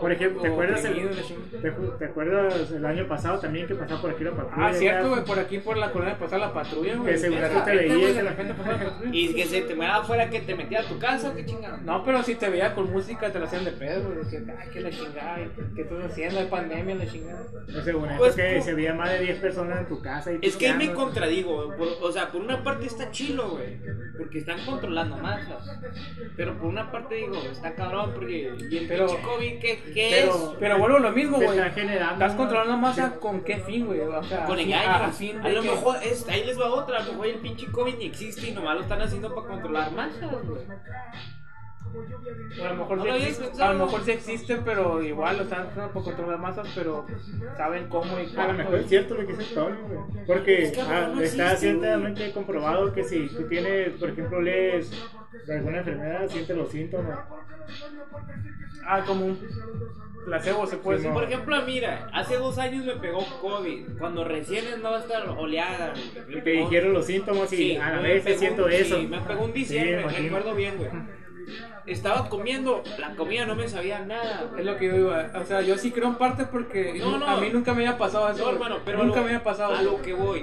C: Por ejemplo, ¿te
A: O
C: acuerdas, el,
A: oprimido, la chingada.
C: te, ju- te acuerdas el año pasado también que pasaba por aquí la patrulla?
A: Ah, cierto,
C: güey.
A: güey, por aquí por la colonia pasaba la patrulla, güey.
C: Que según
A: De
C: tú te
A: repente,
C: veías,
A: güey,
C: que
A: De
C: la-
A: repente pues, pasaba la patrulla.
B: Y que se te miraba afuera que te metía a tu casa, qué chingada.
A: No, pero si te veía con música te la hacían de pedo, güey. Decían, ah, que la chingada, que estás haciendo? Hay pandemia, la chingada.
C: No sé, bueno,
B: Pues,
C: esto que
B: pues,
C: se veía más de 10 personas en tu casa. Y
B: Es que ahí me
C: pisteando.
B: contradigo, güey, por- o sea, por una parte está chilo, güey, porque están controlando más, ¿sabes? pero por una parte digo, está cabrón, porque y el
A: Pero-
B: pinche COVID, ¿qué, qué
C: pero-
A: Pero vuelvo a lo mismo,
C: Te
A: güey.
C: está generando
A: Estás
C: una-
A: controlando más a con qué fin, güey. O sea,
B: es? Con
A: a fin-
B: engaño.
A: a,
B: A,
A: fin de
B: lo
A: que-
B: mejor, es, ahí les va otra, a lo mejor el pinche COVID ni existe y nomás lo están haciendo para controlar más, ¿sabes, güey.
A: o a lo mejor
B: No
A: sí
B: lo había
A: existe-
B: pensado.
A: a lo mejor sí existe, pero igual lo están haciendo por controlar masas, pero saben cómo y
C: A lo mejor es cierto lo que dice Tony, güey. Porque
B: pues. Es que a lo
C: ah,
B: mejor no
C: está
B: existe, güey.
C: ciertamente comprobado que si tú tienes, por ejemplo, lees de alguna enfermedad, sientes los síntomas.
A: Ah, como un placebo se puede
C: Sí,
A: decir.
C: no.
B: Por ejemplo, mira, hace dos años me pegó COVID, cuando recién andaba esta oleada, güey.
C: Y te dijeron los síntomas y a la
B: me
C: vez
B: pegó
C: te siento
B: un-
C: eso.
B: Sí, me pegó un
C: Sí,
B: diciembre,
C: imagino.
B: recuerdo bien, güey. Estaba comiendo, la comida no me sabía nada. güey.
A: Es lo que yo iba. O sea, yo sí creo en parte porque
B: No, no.
A: a mí nunca me había pasado eso.
B: No,
A: güey.
B: hermano, pero
A: nunca
B: a lo-
A: me había pasado.
B: A lo que voy.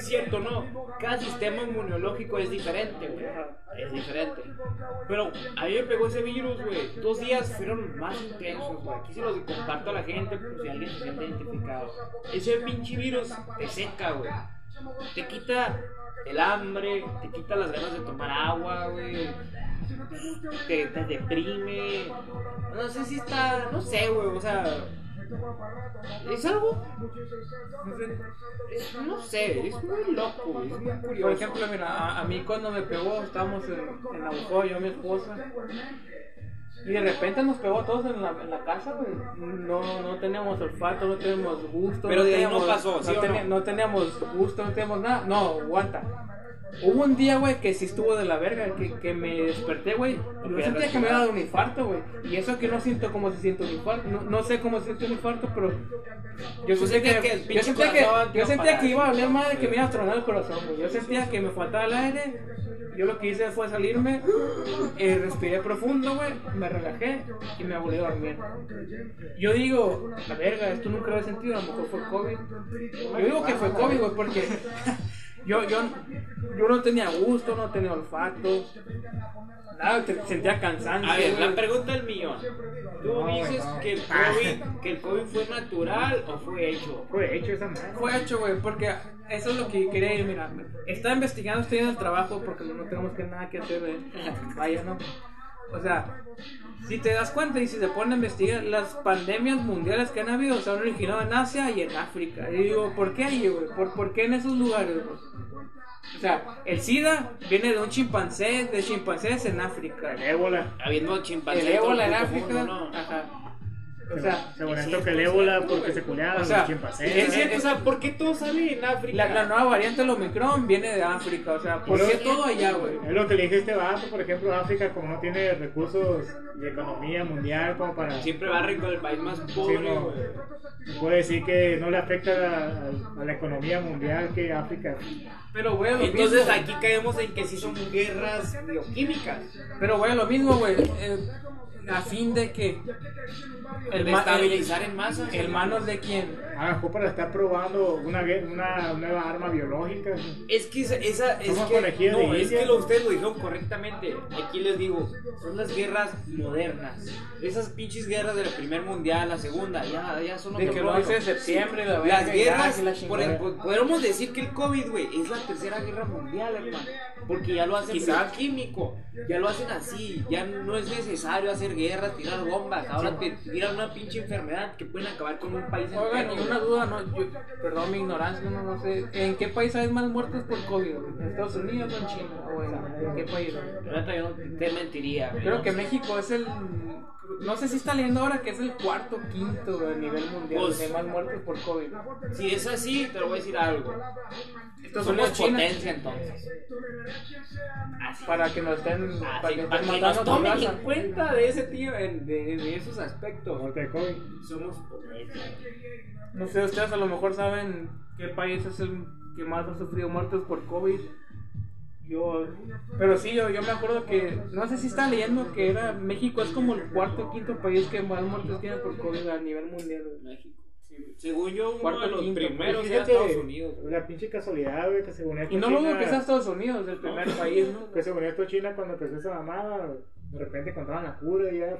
B: Sí, cierto, no. Cada sistema inmunológico es diferente, güey. Es diferente. Pero a mí me pegó ese virus, güey. Dos días fueron más intensos, güey. Aquí se los comparto a la gente por si alguien se siente identificado. Ese pinche virus te seca, güey. Te quita el hambre, te quita las ganas de tomar agua, güey. Te, te deprime. No sé si está. No sé, güey. O sea. Es algo
A: No sé.
B: es- No sé, es muy loco, güey, es muy curioso.
A: Por ejemplo, mira, a, a mí cuando me pegó, estábamos en, en Navajo, yo y mi esposa. Y de repente nos pegó a todos en la, en la casa, güey. No, no teníamos olfato, no teníamos gusto.
B: Pero de ahí no
A: teníamos-
B: pasó, ¿sí o
A: teni-
B: no?
A: teníamos gusto, no teníamos nada. No, aguanta. Hubo un día, güey, que sí estuvo de la verga, que, que me desperté, güey. y Yo sentía que me había dado un infarto, güey. Y eso que no siento cómo se siente un infarto. No, no sé cómo se siente un infarto, pero yo
B: Tú
A: sentía
B: sentías
A: que,
B: Pues que el
A: yo
B: pinche
A: sentía que,
B: corazón te
A: yo
B: iba a
A: sentía
B: parar.
A: que iba a valer madre que me iba a tronar el corazón, güey. Yo sentía que me faltaba el aire. Yo lo que hice fue salirme, eh, respiré profundo, güey, me relajé y me volví a dormir. Yo digo, la verga, esto nunca lo he sentido, a lo mejor fue COVID. Yo digo que fue COVID, güey, porque yo, yo, yo no tenía gusto, no tenía olfato, nada, te- sentía cansancio.
B: A ver,
A: güey.
B: la pregunta del millón. ¿Tú
C: No,
B: dices
C: no.
B: que el,
A: Ah.
B: COVID, que el COVID fue natural o fue hecho?
C: Fue hecho esa madre.
A: Fue hecho, güey, porque eso es lo que quería ir, mira. Estaba investigando, estoy en el trabajo porque no tenemos que nada que hacer, güey. Vaya, ¿no? O sea, si te das cuenta y si se ponen a investigar, las pandemias mundiales que han habido se han originado en Asia y en África. Y digo, ¿por qué ahí, güey? ¿Por, ¿Por qué en esos lugares, güey? O sea, el SIDA viene de un chimpancé, de chimpancés en África.
C: El ébola.
B: Habiendo chimpancé.
A: El
B: en todo
A: ébola en
B: puto
A: África. Ah,
B: mundo, ¿no?
A: Ajá. O sea,
C: según
B: sí,
C: esto que el
B: sí,
C: ébola
B: sí,
C: porque
B: güey.
C: se culeaban
A: O sea,
C: los chimpancés.
A: es
B: Es cierto,
A: eh,
B: o sea, ¿por qué todo sale en África?
A: La, la nueva variante del Omicron viene de África, o sea, ¿por
C: Pero-
A: qué todo allá, güey?
C: Es lo que le dije a este vato, por ejemplo, África, como no tiene recursos y economía mundial como para...
B: Siempre barren con el país más
C: Sí,
B: pobre,
C: no.
B: güey.
C: Se puede decir que no le afecta a, a- a la economía mundial que África.
A: Pero, güey, lo
B: Entonces
A: mismo.
B: aquí caemos en que sí son guerras bioquímicas.
A: Pero, güey, lo mismo, güey. eh, a fin de que.
B: El
A: ma-
B: estabilizar en masa.
A: El manos de quién.
C: A lo mejor para estar probando una, gue- una nueva arma biológica.
B: Es que esa, esa es
C: Somos
B: que,
C: conejillos de
B: no, es
C: Indias.
B: que lo, ustedes lo dijeron correctamente. Aquí les digo, son las guerras modernas. Esas pinches guerras de la primer mundial, la segunda, ya, ya son
A: De
B: otro
A: que lo
B: rollo.
A: hice en septiembre, la verga,
B: Las
A: Irak
B: guerras,
A: y la
B: por
A: chingada.
B: por- podemos decir que el COVID, güey, es la tercera guerra mundial, hermano. Porque ya lo hacen
A: Quizá.
B: químico, ya lo hacen así, ya no es necesario hacer guerras, tirar bombas. Ahora te tiran una pinche enfermedad que pueden acabar con un país
A: Oigan,
B: entero,
A: y una
B: güey.
A: duda, no, yo- perdón mi ignorancia, no, no sé. ¿En qué país hay más muertos por COVID? güey? ¿En Estados Unidos o en China? O en, ¿en qué país?
B: La neta, yo no te mentiría. güey.
A: Creo que México es el. No sé si está leyendo ahora que es el cuarto quinto a nivel mundial
B: Pues-
A: de más muertos por COVID.
B: Si es así, te lo voy a decir algo.
A: Estos son
B: Somos
A: los chinos.
B: potencia entonces. Así.
A: Para que nos estén,
B: Así,
A: para que
B: Ah, para
A: estén
B: que
A: matando
B: nos
A: a tu
B: tomen
A: raza.
B: en cuenta de ese tío, en- de, de esos aspectos.
C: Muerte de COVID.
B: Somos potencia.
A: No sé, ustedes a lo mejor saben qué país es el que más ha sufrido muertos por COVID. Yo, pero sí, yo, yo me acuerdo que, no sé si estaba leyendo que era México es como el cuarto o quinto país que más muertos tiene por COVID a nivel mundial.
B: México. Según yo, uno
A: Cuarto,
B: de los
A: quinto,
B: primeros
A: pues,
B: era
C: Fíjate,
B: Estados Unidos. güey.
C: la pinche casualidad, güey, que según esto
A: Y no lo dudo que sea
C: China,
A: Estados Unidos, el primer país, ¿no?
C: que según esto China cuando empezó esa mamada, güey, de repente encontraban la cura y ya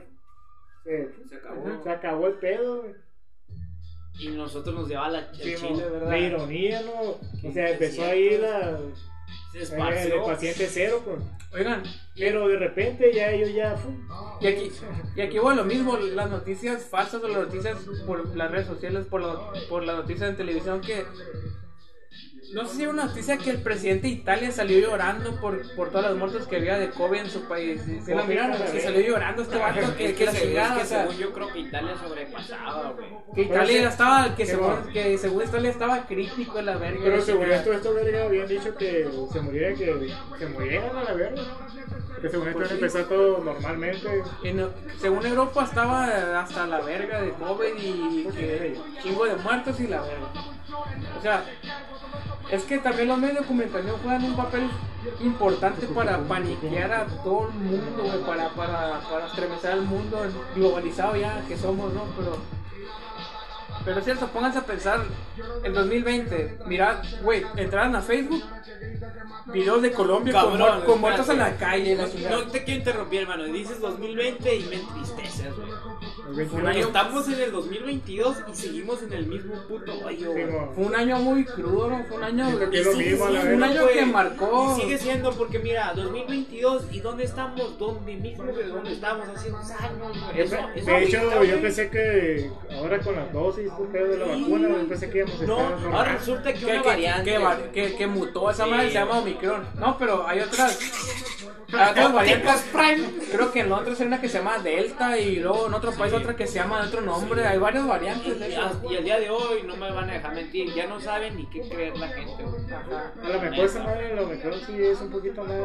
C: eh,
B: Se acabó.
C: se acabó el pedo, güey.
B: Y nosotros nos llevaba la ch-
C: Sí,
B: Chile,
C: mo-
B: ¿verdad?
C: la ironía, ¿no? O sea,
B: Qué
C: empezó
B: cierto.
C: ahí la, eh,
B: Se
A: Eh,
C: el,
B: esparció.
C: paciente cero, pues.
A: Oigan,
C: Pero de repente ya ellos ya... fu-
A: y aquí, y aquí hubo lo mismo, las noticias falsas o las noticias por las redes sociales, por, la- por las noticias en televisión que... No sé si era una noticia que el presidente de Italia salió llorando por, por todas las muertes que había de COVID en su país. Si la miraron, que salió llorando este vato que,
B: Es
A: que
B: que,
A: la
B: según,
A: chingada,
B: es que
A: o sea,
B: según yo creo que Italia sobrepasaba, güey.
A: que Italia estaba, que
C: Qué
A: según,
C: bueno.
A: que según Italia estaba crítico en la verga.
C: Pero
A: la
C: según
A: chingada.
C: esto, esto verga habían dicho que se muriera, que se murieran a la verga. Que según esto
A: Pues sí.
C: empezó todo normalmente.
A: En- según Europa estaba hasta la verga de joven y que chingo de muertos y la verga. O sea, es que también los medios de comunicación juegan un papel importante para paniquear a todo el mundo, güey, para, para, para estremecer al mundo globalizado ya que somos, ¿no? Pero, pero es cierto, pónganse a pensar, en 2020, mirad, güey, entraron a Facebook, videos de Colombia con,
B: Cabrón,
A: muer- con muertos en la
B: espérate.
A: calle, la chingada.
B: No te quiero interrumpir, hermano. Dices 2020 y me entristeces, güey.
C: El 21
A: año-
B: Estamos en el 2022 y seguimos en el mismo puto hoyo,
C: Sí,
B: güey.
C: mo.
A: Fue un año muy crudo, ¿no? Fue un año
C: Lo que
B: Y
C: es lo
B: sigue
C: mismo, a la
B: siendo,
A: un
C: verga.
A: año
B: güey.
A: que marcó.
B: Y sigue siendo porque mira, 2022 y dónde estamos, dónde mismo de dónde estábamos hace unos años. güey. Eso, eso
C: De
B: ahorita,
C: hecho,
B: güey.
C: yo pensé que ahora con las dosis este pedo de la vacuna, yo pensé que íbamos a
B: No,
C: estar
B: ahora
C: normal.
B: resulta que
A: que,
B: una
A: que,
B: variante.
A: que,
B: güey.
A: va- que- que mutó, esa
B: Sí.
A: madre se llama Omicron. No, pero hay otras. Hay otras variantes. Creo que en Londres hay una que se llama Delta y luego en otro país otra que se llama de otro nombre. Hay varias variantes de
B: Y
A: esas.
B: a- Y al día de hoy no me van a dejar mentir, ya no saben ni qué creer la gente. güey.
C: A lo mejor esa madre, a lo mejor sí es un poquito más.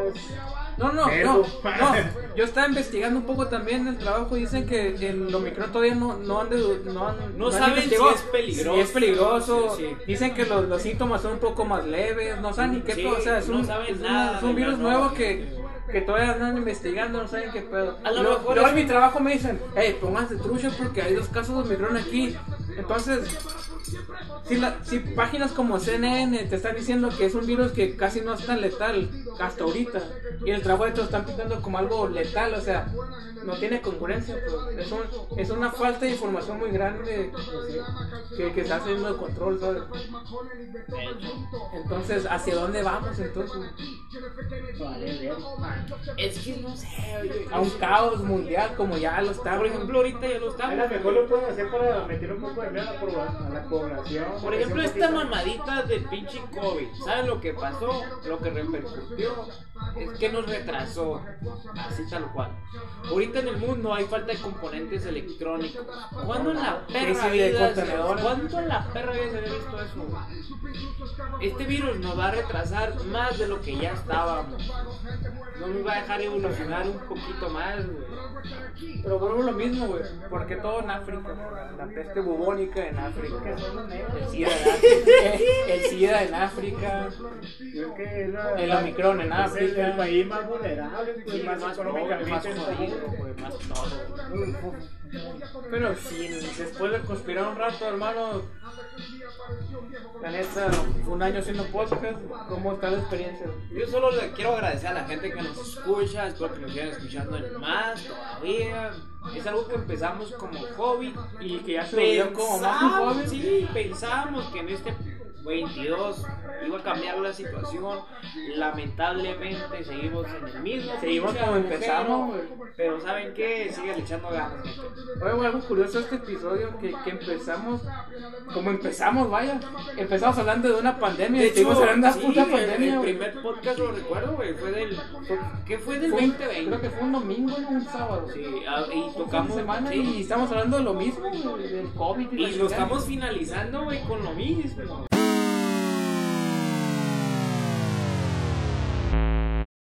A: No, no, no,
C: Verbo.
A: no. Yo estaba investigando un poco también el trabajo. y Dicen que el Omicron todavía no, no han. dedu- no han- han
B: saben si
A: investigado
B: es peligroso.
A: si es peligroso.
B: Sí, sí.
A: Dicen que los, los síntomas son un poco más leves. No saben ni qué.
B: Sí,
A: pedo, o sea, es
B: no
A: un,
B: saben
A: es una-
B: nada
A: es un
B: de
A: virus
B: la
A: nuevo
B: nueva
A: que,
B: variante.
A: que todavía andan investigando. No saben qué pedo.
B: A lo
A: Luego-
B: mejor
A: luego
B: es-
A: en mi trabajo me dicen: Hey, pónganse truchas porque hay dos casos de Omicron aquí. Entonces, si, la- si páginas como CNN te están diciendo que es un virus que casi no es tan letal hasta ahorita, y el trabajo de te lo están pintando como algo letal, o sea, no tiene concurrencia, pero es, un- es una falta de información muy grande pues, que, que está saliendo de control, ¿sabes?
B: De hecho,
A: Entonces, ¿hacia dónde vamos entonces?
C: Vale, bien.
B: Es que no sé, güey.
A: A un caos mundial como ya lo está,
B: Por ejemplo, ahorita ya no
C: A
B: estamos.
C: lo mejor lo pueden hacer para meter un poco de miedo a la, proba- a la población.
B: Por ejemplo,
C: Es un
B: esta
C: poquito-
B: mamadita de pinche COVID, ¿sabes lo que pasó? Lo que repercutió es que nos retrasó, así tal cual. Ahorita en el mundo hay falta de componentes electrónicos. ¿Cuándo en la perra
A: Crisis de
B: vida se-
A: contenedores.
B: ¿Cuándo en la perra vida se había visto eso? güey? Este virus nos va a retrasar más de lo que ya estábamos. No nos va a dejar evolucionar un poquito más, güey.
A: Pero vuelvo a lo mismo, güey, porque todo en África, la peste bubónica en África, el SIDA en África, el SIDA en África.
C: Yo creo que es la-
A: El Omicron en
C: es El,
A: África.
C: el país más vulnerable, pues, más
B: más pobre,
C: económicamente.
B: más jodido, güey, más todo.
A: Pero sí, después de conspirar un rato, hermano, la neta, un año haciendo podcast, ¿cómo está la experiencia?
B: Yo solo le quiero agradecer a la gente que nos escucha, espero que nos sigan escuchando en más todavía. Es algo que empezamos como hobby
A: Y que ya se volvió
B: pensamos,
A: como más un hobby.
B: Sí, pensamos que en este 22 iba a cambiar la situación. Lamentablemente seguimos en el mismo.
A: Seguimos
B: pinche
A: como empezamos,
B: agujero,
A: güey.
B: Pero ¿saben qué? Sigue echando ganas.
A: Oye, güey, algo curioso este episodio que, que empezamos, como empezamos, vaya, empezamos hablando de una pandemia y seguimos hablando de
B: sí,
A: una puta
B: el-
A: pandemia.
B: el
A: güey.
B: primer podcast lo recuerdo, güey. Fue del. fue- ¿Qué fue del
A: Fue un-
B: 2020?
A: Creo que fue un domingo, no un sábado.
B: Sí, ah, y
A: Tocamos
B: tocamos
A: semana
B: sí.
A: y estamos hablando de lo mismo, güey, del COVID. la
B: Y lo
A: chingada.
B: estamos finalizando, güey, con lo mismo.